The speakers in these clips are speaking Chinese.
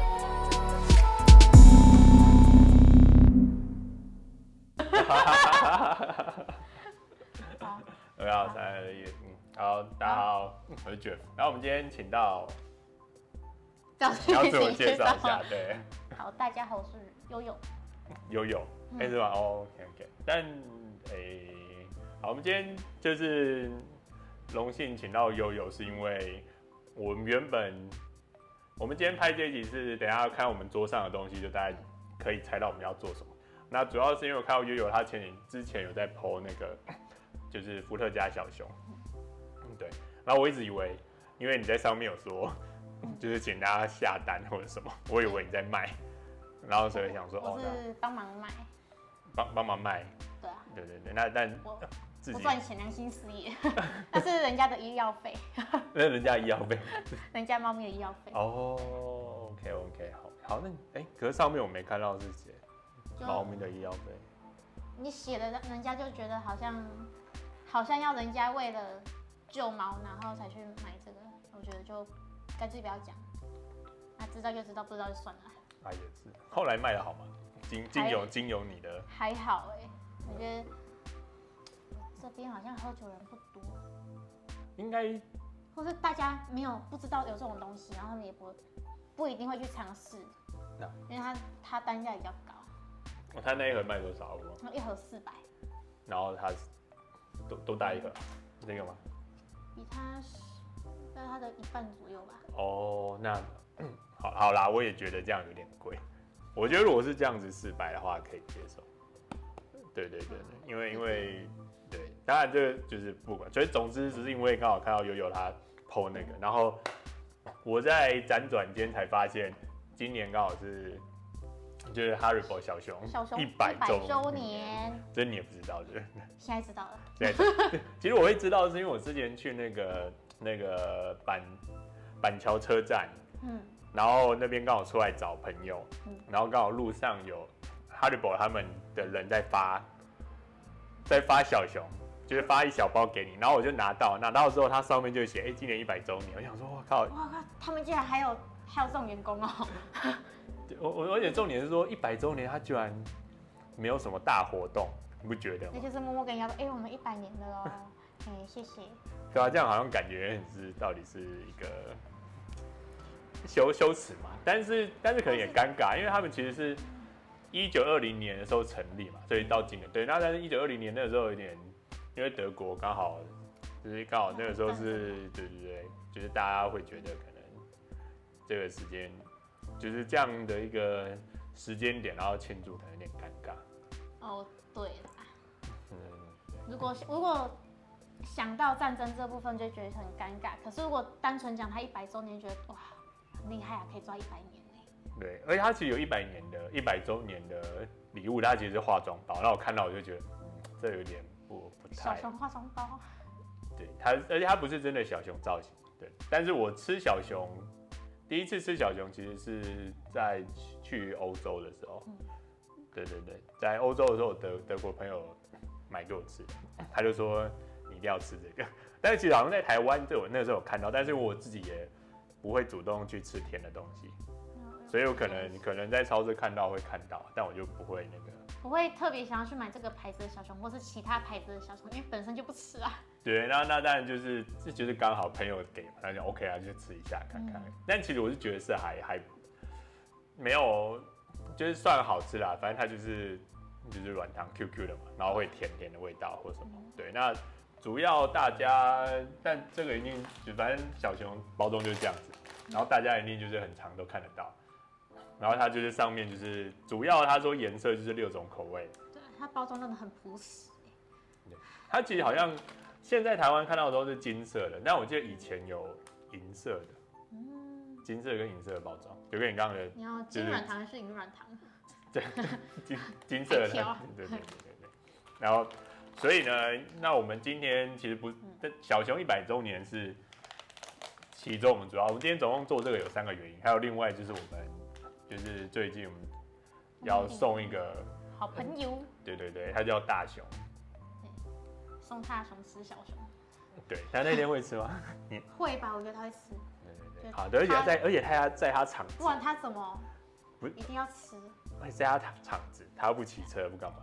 嗯然后我们今天请 到，叫 你要自自我己介绍一下，对，好，大家好，我是悠悠。悠悠，嗯哎、是吧、o k OK，但诶、好，我们今天就是荣幸请到悠悠，是因为我们原本我们今天拍这一集是等一下看我们桌上的东西，就大家可以猜到我们要做什么。那主要是因为我看到悠悠他前之前有在 PO 那个就是伏特加小熊，嗯对，然后我一直以为，因为你在上面有说就是请大家下单或者什么，我以为你在卖，然后所以想说哦我那。是帮忙卖，帮帮忙卖，对啊，对对对，那但呃我自不己赚钱，良心事 业，那是人家的医药费，那人家医药费人家猫咪的医药费，哦，OK OK，好好，那哎、可是上面我没看到是写猫就咪的医药费，你写的，人家就觉得好像好像要人家为了救猫，然后才去买这个，我觉得就干脆不要讲，啊，知道就知道，不知道就算了，啊也是，后来卖的好吗？经经由经由你的，还好哎、我觉得这边好像喝酒人不多。应该或是大家没有不知道有这种东西，然后他们也不不一定会去尝试，那因为它它单价比较高，我看那一盒卖多少？好不好然后一盒四百，然后它是都都带一盒，这个吗？比它是在它的一半左右吧。哦，那 嗯好好啦，我也觉得这样有点贵，我觉得如果是这样子四百的话可以接受。对对对对，因为因为对，当然这个就是不管，所以总之只是因为刚好看到悠悠他剖那个，然后我在辗转间才发现，今年刚好是就是 Haribo 小熊小熊嗯一百100周周年，这你也不知道对。现在知道了，对，其实我会知道是因为我之前去那个那个板板桥车站，嗯，然后那边刚好出来找朋友，嗯然后刚好路上有 Haribo 他们的人在发，在发小熊，就是发一小包给你，然后我就拿到，拿到之后它上面就写，哎、今年一百周年，我想说，我靠，哇靠，他们竟然还有还有这种员工哦、 我我而且重点是说一百周年它居然没有什么大活动，你不觉得那吗？就是默默跟人家说，哎、我们一百年了哦、 哎、谢谢，对啊，这样好像感觉很是到底是一个羞羞耻嘛，但是但是可能也尴尬，因为他们其实是一九二零年的时候成立嘛，所以到今年对，那但是一九二零年那个时候有点，因为德国刚好就是刚好那个时候是，对对对，就是大家会觉得可能这个时间就是这样的一个时间点，然后庆祝可能有点尴尬，哦，对啦，嗯，如果如果想到战争这部分，就觉得很尴尬。可是如果单纯讲它一百周年，觉得哇，很厉害啊，可以抓一百年呢。对，而且它其实有一百年的一百周年的礼物，它其实是化妆包。那我看到我就觉得，嗯，这有点不不小太熊化妆包，对它，而且它不是真的小熊造型。对，但是我吃小熊，第一次吃小熊其实是在去欧洲的时候。嗯对对对，在欧洲的时候，我德德国朋友买给我吃的，他就说你一定要吃这个。 但是其实好像在台湾，对我那时候有看到，但是我自己也不会主动去吃甜的东西。所以我可能可能在超市看到会看到，但我就不会那个。不会特别想要去买这个牌子的小熊，或是其他牌子的小熊，因为本身就不吃啊。对，那那当然就是这就是刚好朋友给嘛，他就 OK 啊，就吃一下看看。嗯但其实我是觉得是还还没有，就是算好吃啦，反正它就是就是软糖 QQ 的嘛，然后会甜甜的味道或什么。对，那主要大家，但这个一定就反正小熊包装就是这样子，然后大家一定就是很常都看得到。然后它就是上面就是主要，他说颜色就是六种口味，对，它包装真的很朴实、它其实好像现在台湾看到的都是金色的，但我记得以前有银色的，嗯，金色跟银色的包装，就跟你刚刚的你要金软糖还是银软糖？金金色的， 太挑对对对对对。然后，所以呢，那我们今天其实不，小熊一百周年是其中我们主要，我们今天总共做这个有三个原因，还有另外就是我们就是最近我们要送一个，嗯好朋友对对对，它叫大熊，送大熊吃小熊，对，它那天会吃吗？会吧？我觉得他会吃，对对对，好的，而且在而且它在它场子不然他怎么不是一定要吃？在他厂子，他不骑车不干嘛？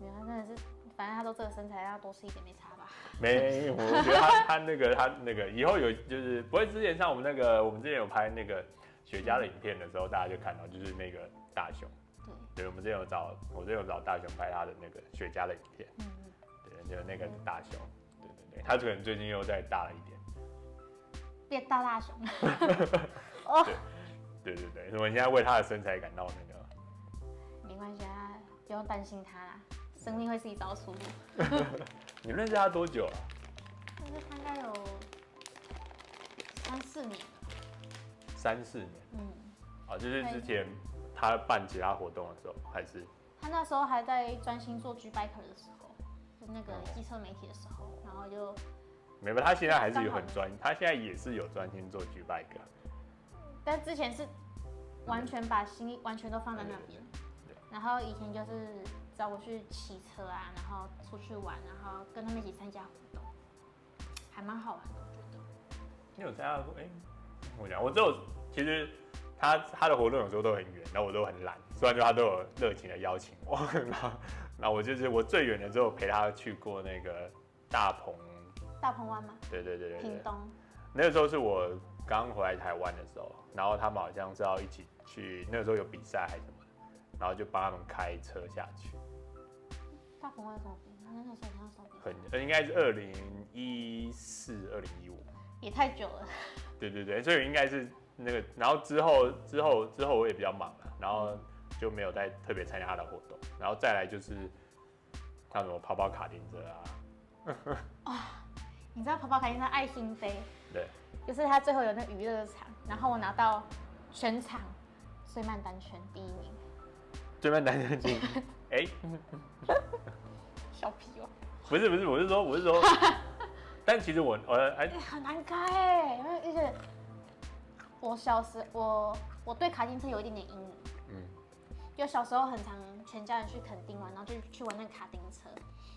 没有，他真的是反正他都这个身材，他多吃一点没差吧？没，我觉得他他那个他那个以后有就是不会之前像我们那个我们之前有拍那个雪茄的影片的时候，大家就看到就是那个大熊，对，对，我们之前有找我之前有找大熊拍他的那个雪茄的影片，嗯，对，就是那个大熊，对对对，他可能最近又再大了一点，变大大熊。 哦，对对对，所以我现在为他的身材感到那个，没关系啊，不用担心他啦，生命会自己找出路。你认识他多久了、啊但是他应该有三四年了，三四年嗯，啊，就是之前他办其他活动的时候，还是他那时候还在专心做 G Biker 的时候，就那哦个机车媒体的时候，然后就没有，他现在还是有很专，他现在也是有专心做 G bike，啊但之前是完全把心力完全都放在那边对对，然后以前就是找我去骑车啊，然后出去玩，然后跟他们一起参加活动，还蛮好玩的，我觉得。你有参加过？哎、我讲，我只有其实他他的活动有时候都很远，然后我都很懒，虽然说他都有热情的邀请我， 然后那我就是我最远的时候陪他去过那个大鹏，大鹏湾吗？对对对对屏对，东，那个时候是我刚回来台湾的时候，然后他们好像是要一起去，那个时候有比赛还是什么的，然后就帮他们开车下去，大鹏湾有什么比赛？那时候好像有什么比很赛？呃应该是二零一四二零一五。也太久了，对对对，所以应该是那个，然后之后之后之后我也比较忙了，然后就没有再特别参加他的活动，然后再来就是像什么跑跑卡丁车啊，你知道跑跑卡丁车爱心杯，对，就是他最后有那娱乐场，然后我拿到全场最慢单圈第一名，这边男生进，哎、小屁哦、不是不是，我是说我是说，但其实我我哎哎、很难开哎、因为而且我小时我我对卡丁车有一点点阴影，嗯，就小时候很常全家人去垦丁玩，然后就去玩那个卡丁车，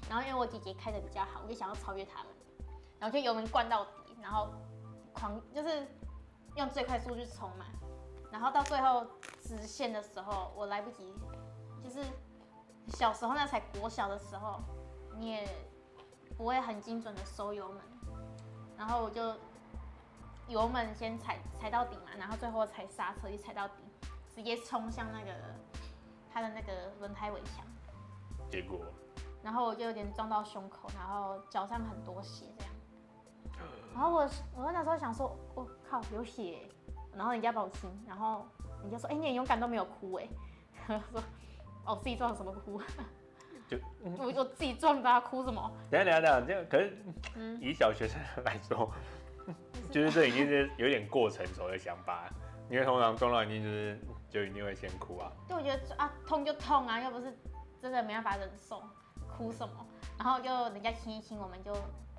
然后因为我姐姐开的比较好，我就想要超越他们，然后就油门灌到底，然后狂就是用最快速去冲嘛，然后到最后直线的时候，我来不及，就是小时候那才国小的时候，你也不会很精准的收油门，然后我就油门先踩踩到底嘛，然后最后踩刹车也踩到底，直接冲向那个他的那个轮胎围墙，结果然后我就有点撞到胸口，然后脚上很多血这样。然后我我那时候想说，我、靠有血耶，然后人家把我亲，然后人家说，哎、你很勇敢都没有哭哎， 我说哦自己撞什么哭，就我我自己撞的啊，哭什么？等一下等一下等一下，这样可是嗯，以小学生来说，就是这已经是有点过成熟的想法，因为通常撞到一定就是就一定会先哭啊，对，我觉得啊，痛就痛啊，又不是真的没办法忍受，哭什么？然后就人家亲一亲，我们就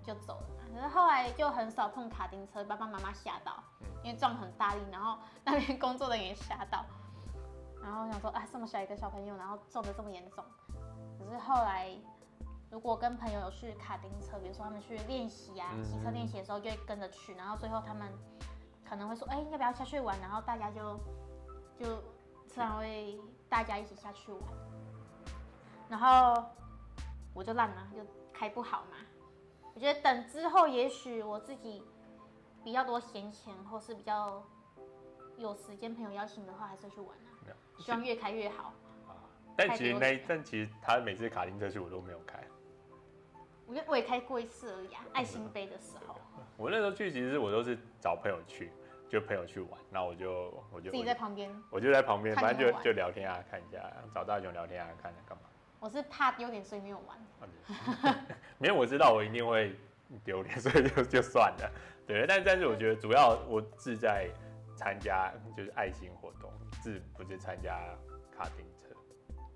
就走了嘛。可是后来就很少碰卡丁车，爸爸妈妈吓到，因为撞很大力，然后那边工作人员也吓到，然后想说啊，这么小一个小朋友，然后撞得这么严重。可是后来，如果跟朋友有去卡丁车，比如说他们去练习啊，嗯骑车练习的时候就会跟着去，然后最后他们可能会说，哎、要不要下去玩？然后大家就就吃完会大家一起下去玩，然后我就烂了，就开不好嘛。我觉得等之后，也许我自己比较多闲钱，或是比较有时间，朋友邀请的话，还是会去玩啊。希望越开越好。啊，但太其实多那了但其实他每次卡丁车去我都没有开，我就我也开过一次而已啊，爱心杯的时候，我那时候去其实我都是找朋友去，就朋友去玩，那我就我就自己在旁边，我就在旁边，看反他们正就玩就聊天啊，看一下，找大雄聊天啊，看干嘛？我是怕丢脸，所以没有玩。啊对 没有，我知道我一定会丢脸，所以就就算了。对，但但是我觉得主要我志在参加就是爱心活动，志不是参加卡丁车，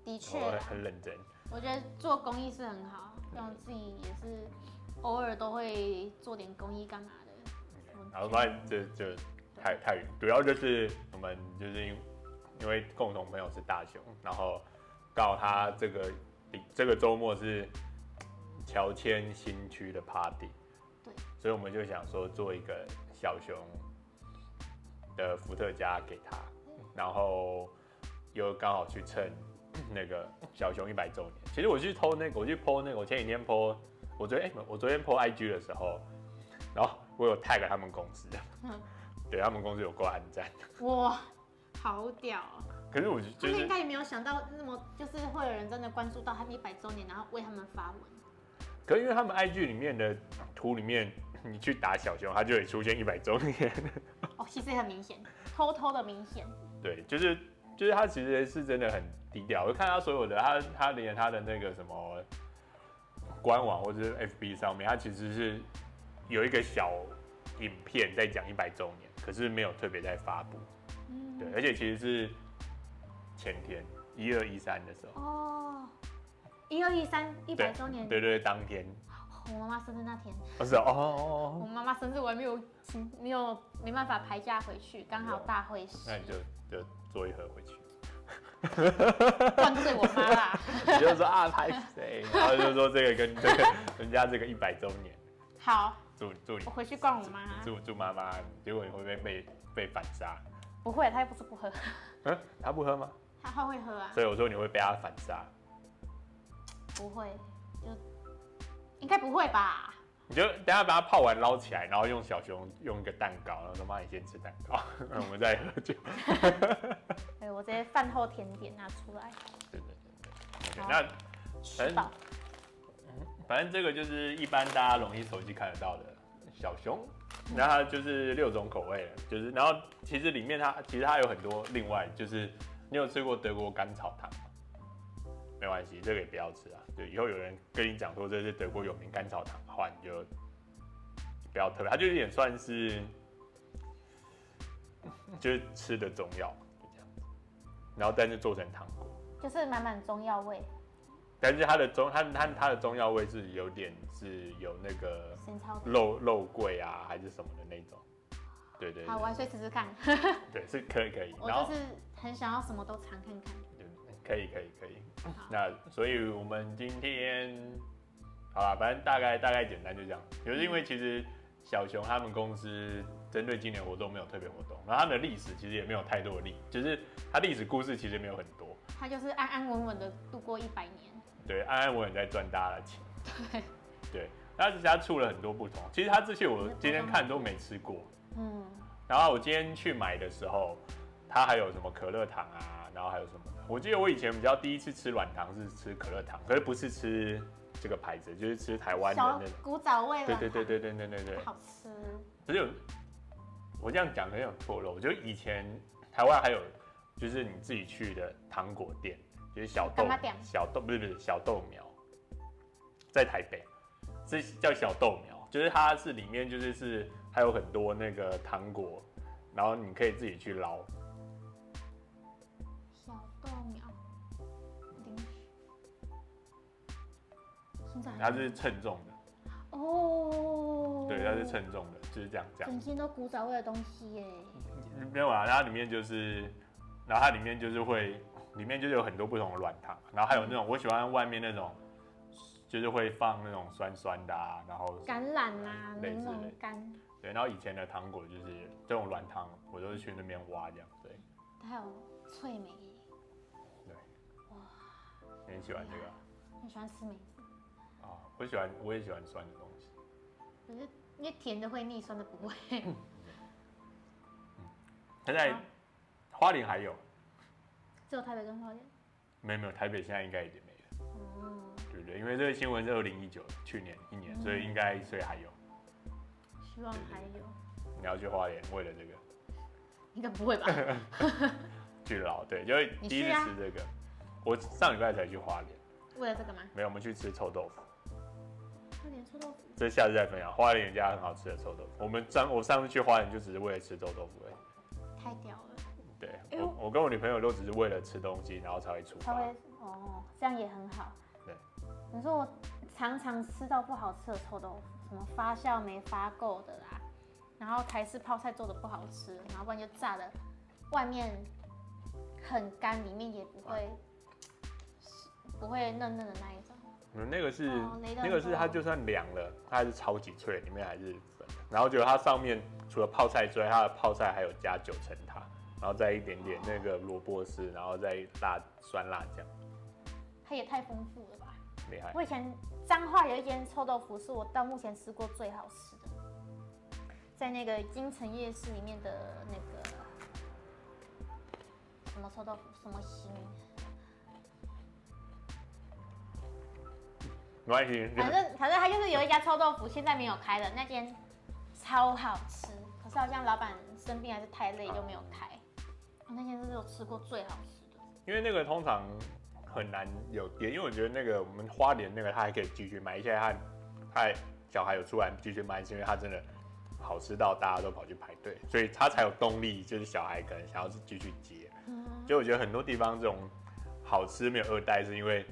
的确我啦，哦很认真。我觉得做公益是很好，让自己也是偶尔都会做点公益干嘛的。然后反正就就太太主要就是我们就是因因为共同朋友是大雄，然后刚好他这个这个周末是乔迁新区的 party，对，所以我们就想说做一个小熊的伏特加给他，然后又刚好去蹭 那个小熊一百周年。其实我去偷那个，我去 po 那个，我前几天 po，我昨天、诶我昨天 po IG 的时候，然后我有 tag 他们公司嗯， 对他们公司有过按赞。哇，好屌、哦！可是我就就他们应是该也没有想到那么，就是会有人真的关注到他们一百周年，然后为他们发文。可是因为他们 IG 里面的图里面，你去打小熊，它就会出现一百周年。 哦，其实也很明显，偷偷的明显。对，就是就是他其实是真的很低调。我看他所有的他他连他的那个什么官网或者是 FB 上面，他其实是有一个小影片在讲一百周年，可是没有特别在发布。嗯对，而且其实是前天一二一三的时候，哦，一二一三一百周年，哦对对对，当天。我妈妈生日那天，我是哦哦哦我哦，妈妈生日我还没有请，没有没办法排假回去，刚好大会师那你就就做一盒回去，灌醉我妈啦。 你就说啊拍谁，然后就说这个跟这 个人家这个一百周年，好，祝祝你我回去灌我妈。啊祝祝妈妈，结果你会不会被被反杀？不会，她又不是不喝，嗯，他不喝吗？她她会喝啊。所以我说你会被他反杀，不会，就应该不会吧？你就等下把他泡完捞起来，然后用小熊用一个蛋糕，然后说妈你先吃蛋糕， 我们再喝酒。哎，我直接饭后甜点拿出来对对对对，好 OK，那吃饱。哎反正这个就是一般大家容易手机看得到的小熊，然后它就是六种口味了，就是然后其实里面它其实它有很多另外就是你有吃过德国甘草糖吗？没关系，这个也不要吃啊。对，以后有人跟你讲说这是德国有名甘草糖的话，你就不要特别，它就有点算是就是吃的中药，就这样子。然后但是做成糖果，就是满满中药味，但是它的中它它它的中药味是有点是有那个生超甜。肉肉桂啊，还是什么的那种。对对好，我对，还睡试试看。对是可以可以，我然就后是很想要什么都尝看看。对可以可以可以好。那所以我们今天好啦，反正大概大概简单就这样，就是因为其实小熊他们公司针对今年活动没有特别活动，然后他们的历史其实也没有太多的历，就是它历史故事其实没有很多。他就是安安稳稳的度过一百年。对，安安稳稳在赚大家的 钱。对，那其实他出了很多不同，其实他这些我今天看都没吃过。嗯，然后我今天去买的时候，它还有什么可乐糖啊，然后还有什么的？我记得我以前比较第一次吃软糖是吃可乐糖，可是不是吃这个牌子，就是吃台湾的小那种。古早味对了，对对对对对对对，好吃。只有我这样讲可能有错漏，就以前台湾还有就是你自己去的糖果店，就是小豆干妈店小豆不是不是小豆苗，在台北是叫小豆苗，就是它是里面就是是还有很多那个糖果，然后你可以自己去捞，小豆苗，嗯零现在还它是称重的，哦，对，它是称重的，就是这样这样整。天都古早味的东西耶。没有啊，它里面就是，然后它里面就是会，里面就是有很多不同的软糖，然后还有那种我喜欢外面那种，就是会放那种酸酸的、啊，然后橄榄啊，类似柠类檬干，对，然后以前的糖果就是这种软糖，我都是去那边挖这样，对，还有脆梅耶，你很喜欢这个啊、很喜欢吃梅子，啊、我喜欢，我也喜欢酸的东西。可是因为甜的会腻，酸的不会。嗯现在好花莲还有，只有台北跟花莲。没有没有，台北现在应该已经没了，哦，对不对？因为这个新闻是二零一九去年一年，所以应该所以还有。希望还有， 你要去花莲为了这个应该不会吧？去老，对，就会你第一次去啊吃这个。我上礼拜才去花莲。为了这个吗？没有，我们去吃臭豆腐，花莲臭豆腐，这下次再分享。花莲有一家很好吃的臭豆腐，我们上我上次去花莲就只是为了吃臭豆腐而已。太屌了，哎对，呦我我跟我女朋友都只是为了吃东西，然后才会出才发。会哦，这样也很好。啊对，你说我常常吃到不好吃的臭豆腐，什么发酵没发够的啦，然后台式泡菜做的不好吃，然后不然就炸的，外面很干，里面也不会不会嫩嫩的那一种。嗯，那个是、哦雷的那个是它就算凉了，它还是超级脆，里面还是粉的。然后结果它上面除了泡菜之外，它的泡菜还有加九层塔，然后再一点点那个萝卜丝，然后再辣酸辣酱。它也太丰富了吧！厉害。我以前彰化有一间臭豆腐，是我到目前吃过最好吃的，在那个金城夜市里面的那个什么臭豆腐，什么心，没关系，反正反正它就是有一家臭豆腐，现在没有开了，那间超好吃，可是好像老板生病还是太累就没有开。那间是我吃过最好吃的，因为那个通常很难有点，因为我觉得那个我们花莲那个他还可以继续买，一在他他小孩有出来继续买，是因为他真的好吃到大家都跑去排队，所以他才有动力，就是小孩可能想要继续接。嗯，所以我觉得很多地方这种好吃没有二代，是因为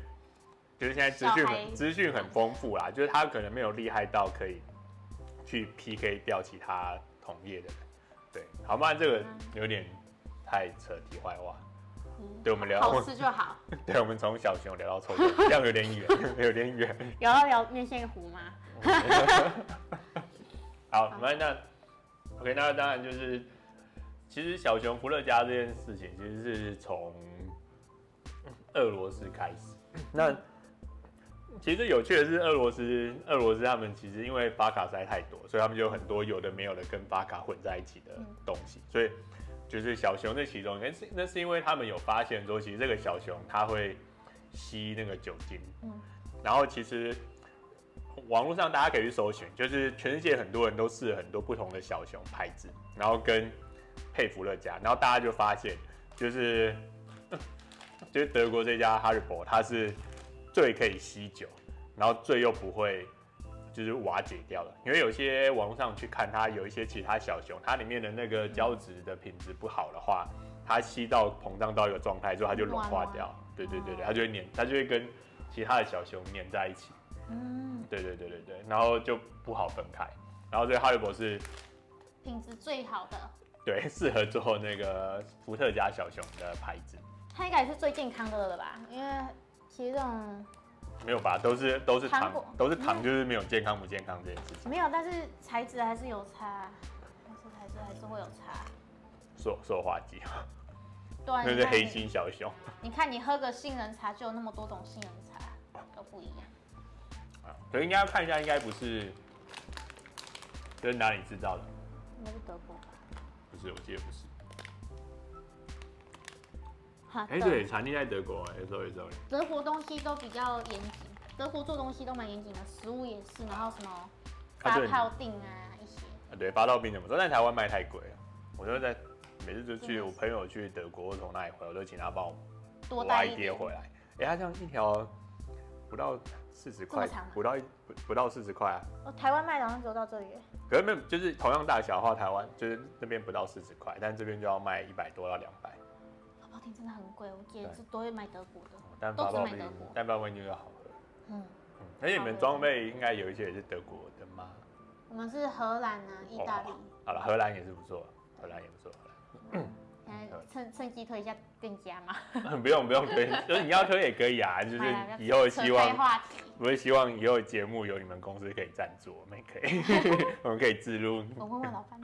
就是现在资讯小孩很资讯很丰富啦，就是他可能没有厉害到可以去 PK 掉其他同业的人。对，好吗？这个嗯有点太扯题外话。嗯对，我们聊好吃就好。 对，我们从小熊聊到臭豆腐，这样有点远， 有点远。 有要聊面线糊吗？好，那那 OK，那当然就是，其实小熊福乐家这件事情其实是从俄罗斯开始。那其实有趣的是，俄罗斯俄罗斯他们其实因为巴卡实在太多，所以他们就有很多有的没有的跟巴卡混在一起的东西，所以就是小熊这其中，那是那是因为他们有发现说，其实这个小熊它会吸那个酒精，嗯然后其实网络上大家可以去搜寻，就是全世界很多人都试了很多不同的小熊牌子，然后跟佩服乐家，然后大家就发现，就是呃就是德国这家 Haribo，它是最可以吸酒，然后最又不会就是瓦解掉的，因为有些网络上去看它，有一些其他小熊，它里面的那个胶质的品质不好的话，它吸到膨胀到一个状态之后，它就融化掉软。对对对对，它就会粘，它就会跟其他的小熊粘在一起。嗯，对对对对对，然后就不好分开。然后所以哈利博士品质最好的，对 适合做那个伏特加小熊的牌子，它应该也是最健康的了吧？因为其实这种没有吧？都是都是糖糖嗯果，都是糖，就是没有健康不健康这件事情。没有，但是材质还是有差，但是材质还是会有差。塑塑化剂，对啊，那你是看黑你心小熊。你看你喝个杏仁茶就有那么多种杏仁茶，都不一样。啊可是应该要看一下，应该不是，这是哪里制造的？应该是德国吧？不是，我记得不是。哈，哎、对，产地在德国、哎，sorry sorry。德德国东西都比较严谨，德国做东西都蛮严谨的，食物也是，然后什么啊发对泡定啊一些。啊，对，八道冰怎么说？但台湾卖太贵了，我就在每次就去我朋友去德国或从那里回来，我就请他帮我多挖带一一碟点，回来。哎、他这样一条不到四十块这么长吗，啊不到一不不到四十块啊。哦，台湾麦当劳只有到这里耶，可是没有，就是同样大小的话，台湾就是那边不到四十块，但这边就要卖一百多到两百。泡泡丁真的很贵，我姐对是都会买德国的。但都八只道买冰德国，但八道冰就是好喝。嗯，嗯，而且你们装备应该有一些也是德国的吗？我们是荷兰啊，意大利哦。好了，荷兰也是不错，荷兰也不错。现在趁趁机推一下店家 嘛，荷兰不用不用推，就是你要推也可以啊，就是以后希扯开望，话题，我也希望以后节目有你们公司可以赞助，我们也可以， 我们可以自录。 我问问老板。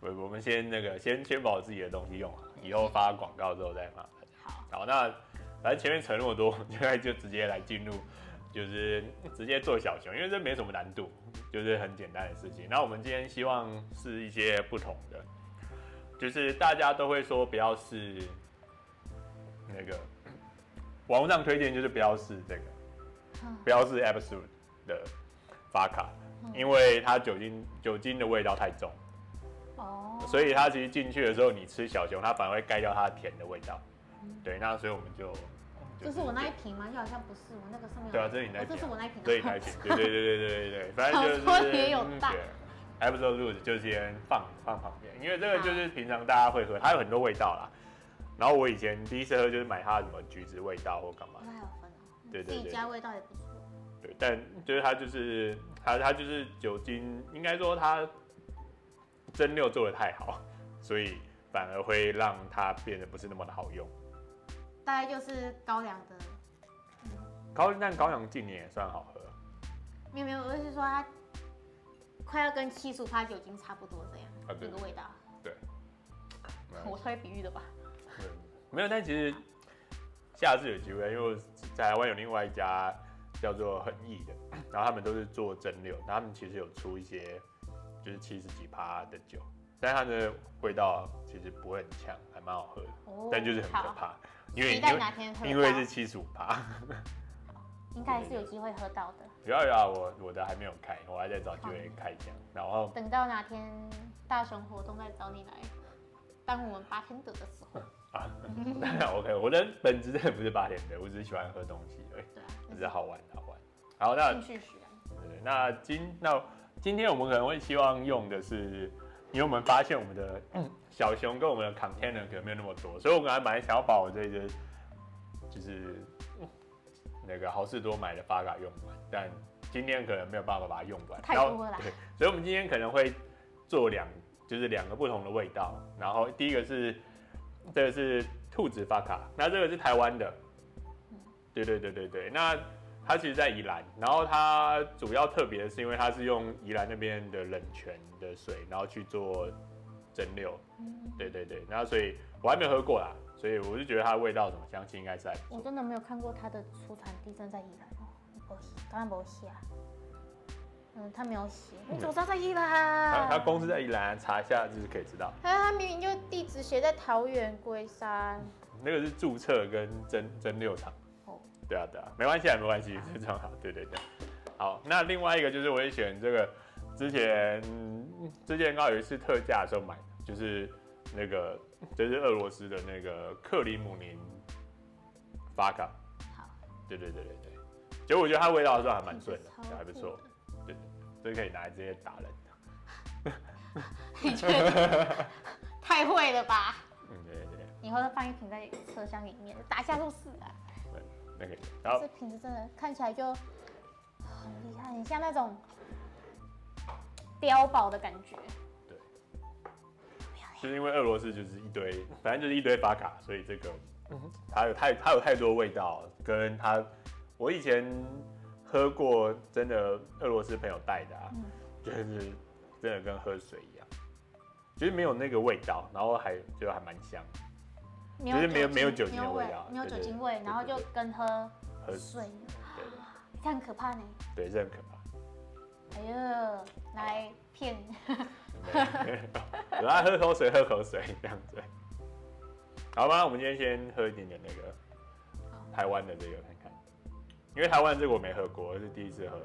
我我们先那个先先把我自己的东西用好，以后发广告之后再发。好，好，那反正前面扯那么多，现在就直接来进入，就是直接做小熊，因为这没什么难度，就是很简单的事情。那我们今天希望是一些不同的，就是大家都会说不要试那个网络上推荐，就是不要试这个，嗯不要试 Absolute 的发卡，嗯因为它酒精酒精的味道太重。哦，所以它其实进去的时候，你吃小熊，它反而会盖掉它的甜的味道。对，那所以我们就这是我那一瓶吗？就好像不是，我那个上面有对啊这是你那一哦这瓶是啊我那一瓶啊，对一 开瓶，对对对对对对对，反正就是好多也有大还不知道 l o 就先放放旁边，因为这个就是平常大家会喝，它有很多味道啦。然后我以前第一次喝就是买它的什么橘子味道或干嘛哦，那还有分哦，对对对自己家味道也不错。对，但就是它就是它它就是酒精，应该说它蒸馏做的太好，所以反而会让它变得不是那么的好用。大概就是高粱的，高但高粱近年也算好啊喝，没有没有，我是说它快要跟七十五趴酒精差不多这样，啊对啊这个味道，对我推比喻的吧。没有，但其实下次有机会，因为我在台湾有另外一家叫做恒益的，然后他们都是做蒸馏，然后他们其实有出一些就是七十几趴的酒，但它的味道其实不会很强，还蛮好喝的，哦但就是很可好怕，因为期因待为哪天喝因为到是七十五趴。 应该还是有机会喝到的。不要呀，我我的还没有开，我还在找机会开箱，然后等到哪天大熊活动再找你来，当我们八天得的时候，啊 ，OK，我的本质真的不是八点的，我只是喜欢喝东西而已，对啊，只是好玩好玩。好，那兴趣使然。对那今那今天我们可能会希望用的是，因为我们发现我们的、嗯小熊跟我们的 container 可能没有那么多，所以我们还蛮想要把我这一只就是、嗯那个好事多买的发卡用完，但今天可能没有办法把它用完，太然后多了啦对，所以我们今天可能会做两就是两个不同的味道，然后第一个是这个是兔子发卡，那这个是台湾的，对对对对对，那它其实，在宜兰，然后它主要特别的是因为它是用宜兰那边的冷泉的水，然后去做蒸馏。嗯，对对对，那所以我还没有喝过啦，所以我就觉得它的味道怎么，相信应该是还不我错。真的没有看过它的出产地真的在宜兰哦，我刚刚没写啊。嗯，他没有写，你怎么知道在宜它兰？它公司在宜兰，查一下就是可以知道，他他明明就地址写在桃园龟山。那个是注册跟蒸蒸馏厂。哦，对啊对啊，没关系啊，没关系，非常好。对对对，好，那另外一个就是我也选这个，之前嗯之前刚好有一次特价的时候买的，就是那个就是俄罗斯的那个克里姆林法卡，好，对对对对对，结果我觉得它味道的时候还蛮顺的超酷，的还不错，。所以可以拿来直接打人。 你觉得太会了吧？嗯，对对对，以后再放一瓶在车厢里面，打下就是啊。那可以。然后这瓶子真的看起来就很厉害，很像那种碉堡的感觉。就是因为俄罗斯就是一堆，反正就是一堆发卡，所以这个它有太它有太多味道，跟它我以前喝过真的俄罗斯朋友带的、啊，嗯就是真的跟喝水一样，就是没有那个味道，然后还觉得还蛮香，没就是没有精没有酒精的味味道没有对酒对精味，对然后对就对呃跟喝喝水，对这很可怕呢。对，这很可怕。哎呦，拿来骗，然 后喝口水，喝口水这样子。好吧，我们今天先喝一点点那个好台湾的这个看看，因为台湾这个我没喝过，我是第一次喝，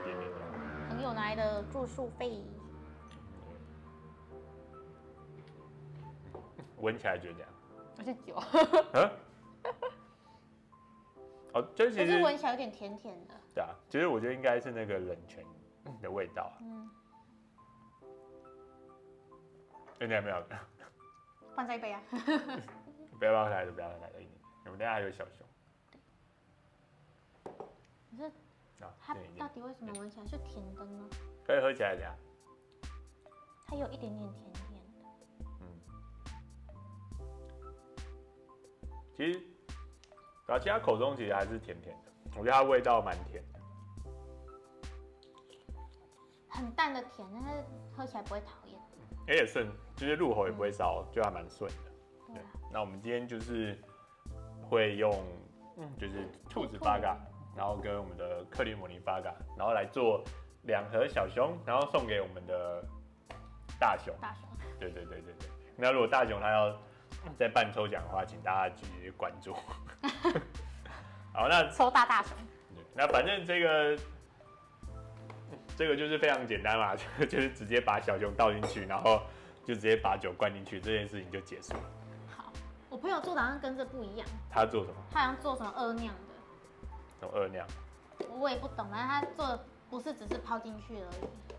一点点的。对朋友拿来的住宿费。嗯闻起来就这样。不是酒，嗯。 哦，就可其是实闻起来有点甜甜的。对啊，其实我觉得应该是那个冷泉的味道啊。嗯，哎你还没有，换再一杯啊！不要不要太多，不要太多一点。我们等一下还有小熊可是啊，它对一到点底为什么闻起来是甜的呢？可以喝起来怎样？它有一点点甜甜的。嗯，其实，啊，其实它口中其实还是甜甜的，我觉得它味道蛮甜的。很淡的甜，但是喝起来不会讨厌。哎也顺，就是入喉也不会烧，就还蛮顺的。对对啊，，那我们今天就是会用，嗯，就是兔子八嘎，然后跟我们的克里姆林八嘎，然后来做两盒小熊，然后送给我们的大熊。大熊，对对对对对。那如果大熊他要再办抽奖的话，请大家继续关注。 好，那 抽大大熊，对那反正这个这个就是非常简单嘛， 就就是直接把小熊倒进去，然后就直接把酒灌进去，这件事情就结束了。好，我朋友做的好像跟这不一样，他做什么？他好像做什么二酿的，那种二酿。我也不懂，但是他做的不是只是泡进去而已，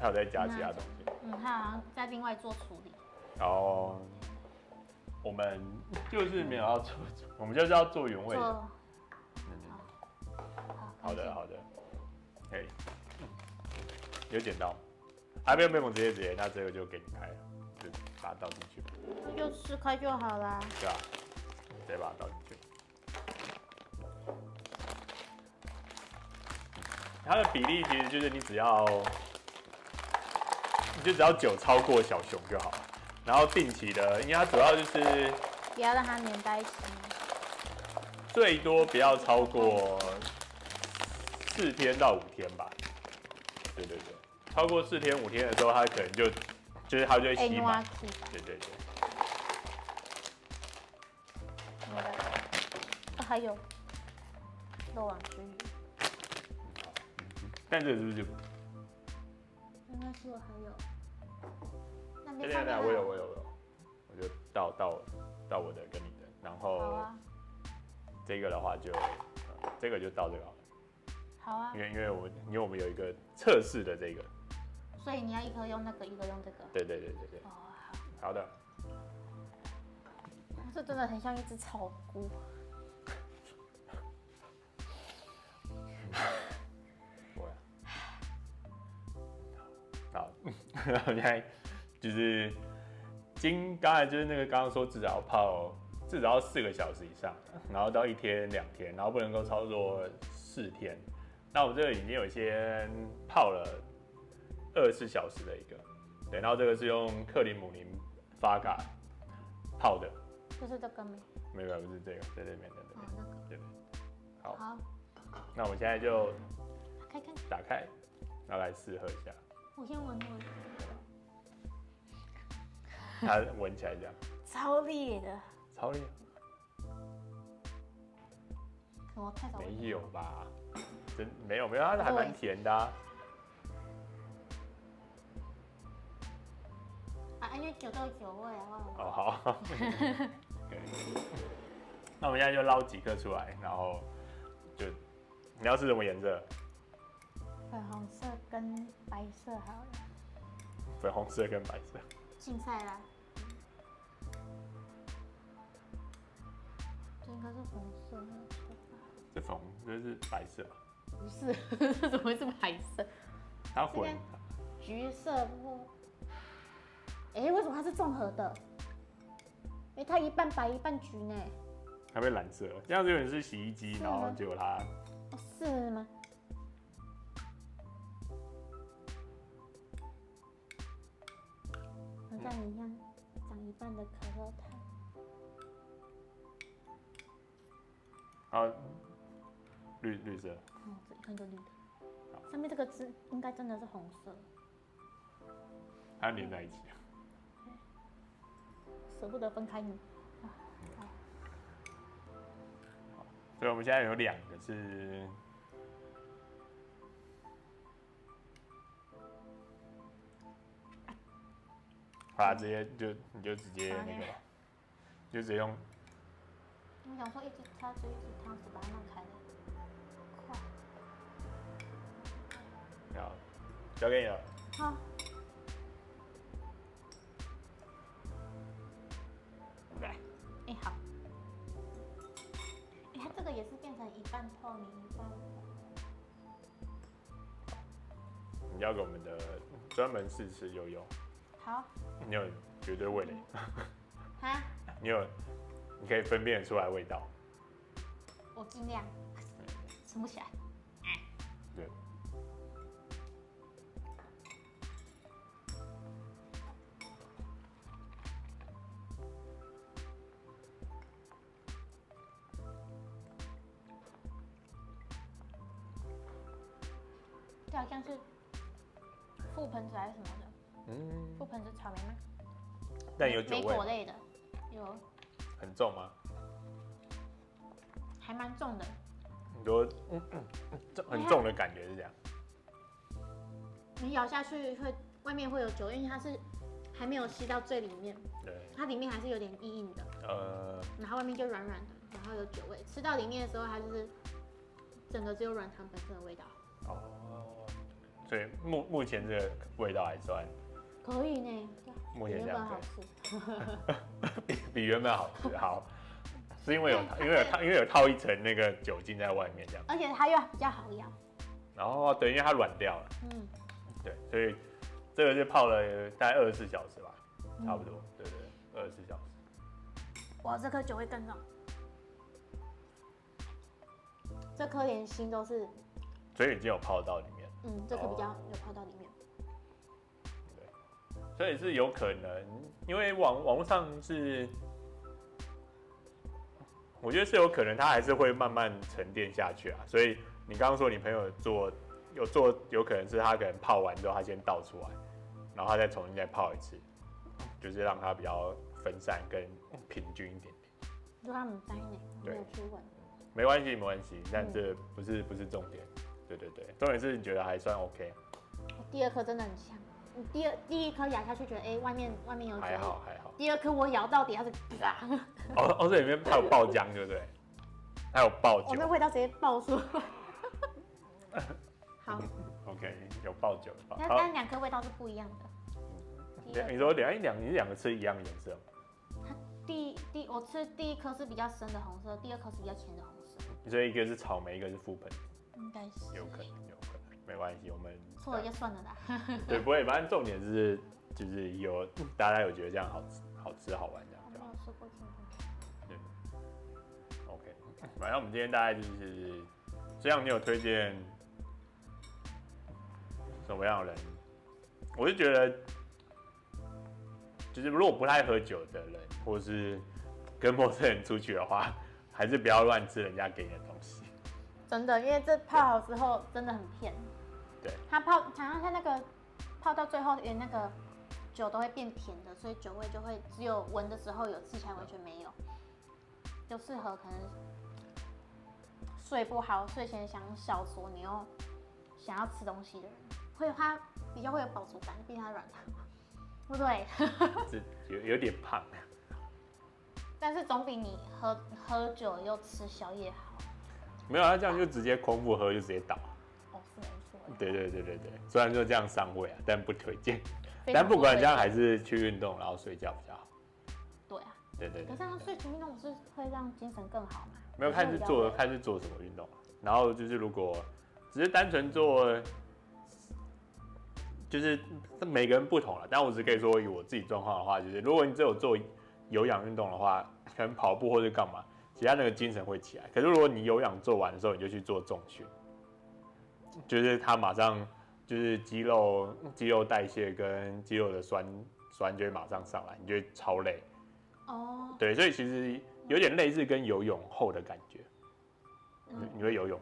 还有再加其他东西。嗯，他好像在另外做处理。然后我们就是没有要做， 我们就是要做原味做的。嗯好好的，啊好，好的，可以。有剪刀？啊，没有没有，我直接直接，那这个就给你开了，就把它倒进去吧，那就吃开就好啦。对吧、直接把它倒进去。它的比例其实就是你只要，你就只要酒超过小熊就好了，然后定期的，因为它主要就是不要让它粘在一起。最多不要超过四天到五天吧。对对对，超过四天五天的时候，它可能就就是它就会哎，吸挪满。起吧，对对对，我的。啊哦还有漏网之鱼，但这个是不是就？刚刚说还有。那等边一下看等一下，到我有了我有我有，我就到到到我的跟你的，然后好啊，这个的话就、呃这个就到这个好了，好啊因，为因为我因为我们有一个测试的这个，所以你要一个用那个，一个用这个。对对对对对，哦，好。好的，哦这真的很像一只草菇。我啊好， 现在就是今刚才就是那个刚刚说至少要泡至少要四个小时以上，然后到一天两天，然后不能够超过四天。那我们这个已经有一些泡了二十四小时的一个，对，然后这个是用克里姆林发嘎泡的，就是这个没没有不是这个，在这边在这哦边，那个对对。好，好，那我们现在就打开看，打开，然后来试喝一下，我先闻闻，它闻起来这样。超烈的，超厉怎么太少害，闻？没有吧？真没有没有，它还蛮甜的、啊。啊，因为酒都有酒味啊，忘了。哦， 好。对那我们现在就捞几颗出来，然后就你要吃什么颜色？粉红色跟白色好了，粉红色跟白色。竞赛啦。这应该是粉色没有错吧？这粉红这是白色，不是， 怎么会是白色？它混这橘色不？哎、为什么它是综合的？哎、它一半白一半橘呢？还被染色，这样子有点是洗衣机，是然吗后结果它哦，是吗？和像你一样，长一半的可乐糖。然后绿绿色，哦，这一看就绿的。上面这个字应该真的是红色，它连在一起。舍不得分开你。所以我们现在有两个是啊好啦，直接就你就直接那个吧，就直接用你想说一直挑着一直挑着把它弄开了，快！好，交给你了。好。来，哎、好。哎、它这个也是变成一半透明一半。你交给我们的专门试吃悠悠，好，你有绝对味蕾，哈，你有你可以分辨得出来味道。我尽量，吃不起来。对，这啊好像是覆盆子还是什么的，嗯，覆盆子草莓吗？但有酒莓味果吗，类的，有，很重吗？还蛮重的。很多嗯嗯嗯重很重的感觉是这样。你咬下去会外面会有酒，因为它是还没有吸到最里面，对，它里面还是有点硬硬的。呃，然后外面就软软的，然后有酒味。吃到里面的时候，它就是整个只有软糖本身的味道。哦，所以目目前这个味道还算可以呢，啊目比前原这本样好对，吃。比 比原本好吃，好，是因为 有对因为有套因为有套一层那个酒精在外面这样，而且它又比较好咬。然后对，因为它软掉了，嗯，对，所以这个是泡了大概二十四小时吧，嗯差不多，对对，二十四小时，哇，这颗酒味更重。这颗连心都是，所以已经有泡到里面，嗯，这颗比较哦有泡到里面。所以是有可能，因为网网络上是我觉得是有可能，它还是会慢慢沉淀下去啊。所以你刚刚说你朋友做有做，有可能是他可能泡完之后，他先倒出来，然后他再重新再泡一次，就是让它比较分散跟平均一点点。就他们在呢，我没有去问。没关系，没关系，但这不是不是重点。对对对，重点是你觉得还算 OK，第二颗真的很香，你第二第一颗咬下去觉得哎、外面外面有还嘴，好 还好。第二颗我咬到底，它是啊啪，哦哦，这里面它有爆浆，对不对？还有爆我酒哦那味道直接爆 出来。嗯好， ，OK，有爆酒。爆但好，但两颗味道是不一样的。第你二你说两哎两你两个吃一样的颜色吗，第第我吃第一颗是比较深的红色，第二颗是比较浅的红色，所以一个是草莓，一个是覆盆，应该是有可能有可能，没关系，我们错了就算了啦。对不会，反正重点是就是有大家有觉得这样好吃好吃好玩这样我就没好有吃过这个， OK。反正我们今天大概就是这样，你有推荐什么样的人？我是觉得，就是如果不太喝酒的人，或是跟陌生人出去的话，还是不要乱吃人家给你的东西。真的，因为这泡好之后真的很骗。对，它泡，常常它那个泡到最后，连那个酒都会变甜的，所以酒味就会只有闻的时候有，吃起来完全没有。就适合可能睡不好、睡前想小酌，你又想要吃东西的人，会它比较会有饱足感，毕竟它软糖，对不对？ 是有有点胖，但是总比你喝喝酒又吃宵夜好。没有他这样就直接空腹喝就直接倒。啊哦，是没错。对对对对对，虽然说这样伤胃啊，但不推荐。非常但不管这样，不会还是去运动然后睡觉比较好。对啊。对对可对是，他睡前运动不是会让精神更好吗？没有看是做看是做什么运动啊，然后就是如果只是单纯做，就是每个人不同了。但我只可以说以我自己状况的话，就是如果你只有做有氧运动的话，可能跑步或者干嘛，其他那个精神会起来。可是如果你有氧做完的时候，你就去做重训，就是它马上就是肌肉肌肉代谢跟肌肉的酸酸就会马上上来，你就会超累。哦，对，所以其实有点类似跟游泳后的感觉。你嗯，你会游泳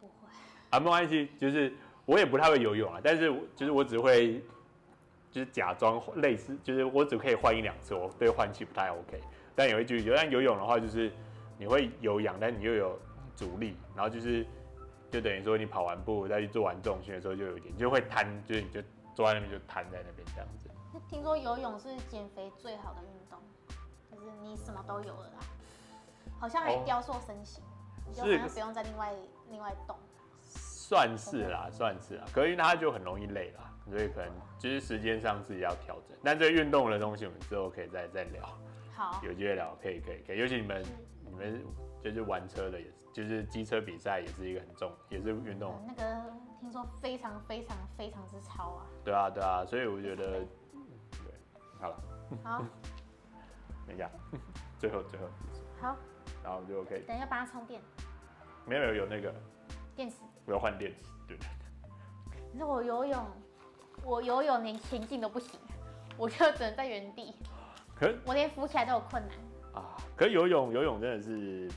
不会，啊？没关系，就是我也不太会游泳啊，但是我就是我只会就是假装类似，就是我只可以换一两次，我对换气不太 OK，但也会继续游。但游泳的话，就是你会有氧，但你又有阻力，然后就是就等于说你跑完步再去做完重训的时候，就有一点就会瘫，就是你就坐在那边就瘫在那边这样子。听说游泳是减肥最好的运动，就是你什么都有了啦，好像还哦雕塑身形，你就是好像不用再另外另外动。算是啦，算是啦，可是因为它就很容易累啦，所以可能就是时间上自己要调整。但这运动的东西，我们之后可以再再聊。好，嗯有机会聊，可以可以可以，尤其你们你们就是玩车的也是，就是机车比赛也是一个很重，也是运动，嗯那个听说非常非常非常之超 啊。对啊对啊，所以我觉得，对，好了，好，等一下， 最后最后，好，然后就可以，等一下帮它充电没有没有有那个电池。我要换电池，对，可是我游泳，我游泳连前进都不行，我就只能在原地，可是我连浮起来都有困难。啊，可是游泳游泳真的是，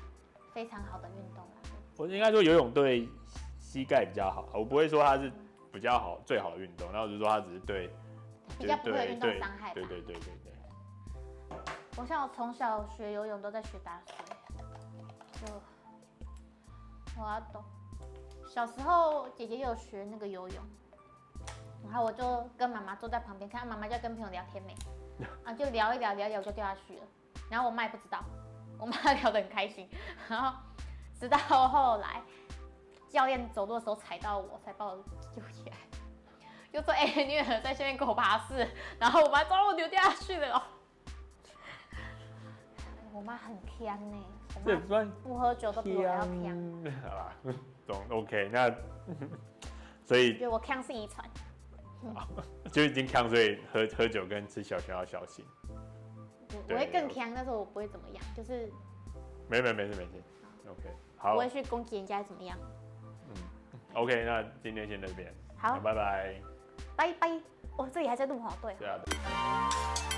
非常好的运动啊。我应该说游泳对膝盖比较好，我不会说它是比较好最好的运动，那我就说它只是对，比较不会有运动伤害吧对对对对对，我像我从小学游泳都在学打水，就呃我要懂。小时候姐姐有学那个游泳，然后我就跟妈妈坐在旁边看，妈妈就跟朋友聊天没，啊就聊一聊聊一聊我就掉下去了，然后我妈也不知道，我妈 聊得很开心，然后直到后来教练走路的时候踩到我，才把我救起来，就说哎、你女儿在下面狗爬式，然后我妈说哦我丢掉下去了哦。 我妈很强呢、我这妈算不喝酒都比我还要强。好吧，懂 OK 那， 所我以觉得我康是遗传，就已经康，所以喝喝酒跟吃小熊要小心。对对我会更康，但是我不会怎么样，就是没没没事没事，OK 不好会去攻击人家怎么样。 OK，那今天先到这边，好，拜拜，拜拜。我这里还在录好对哦。对啊。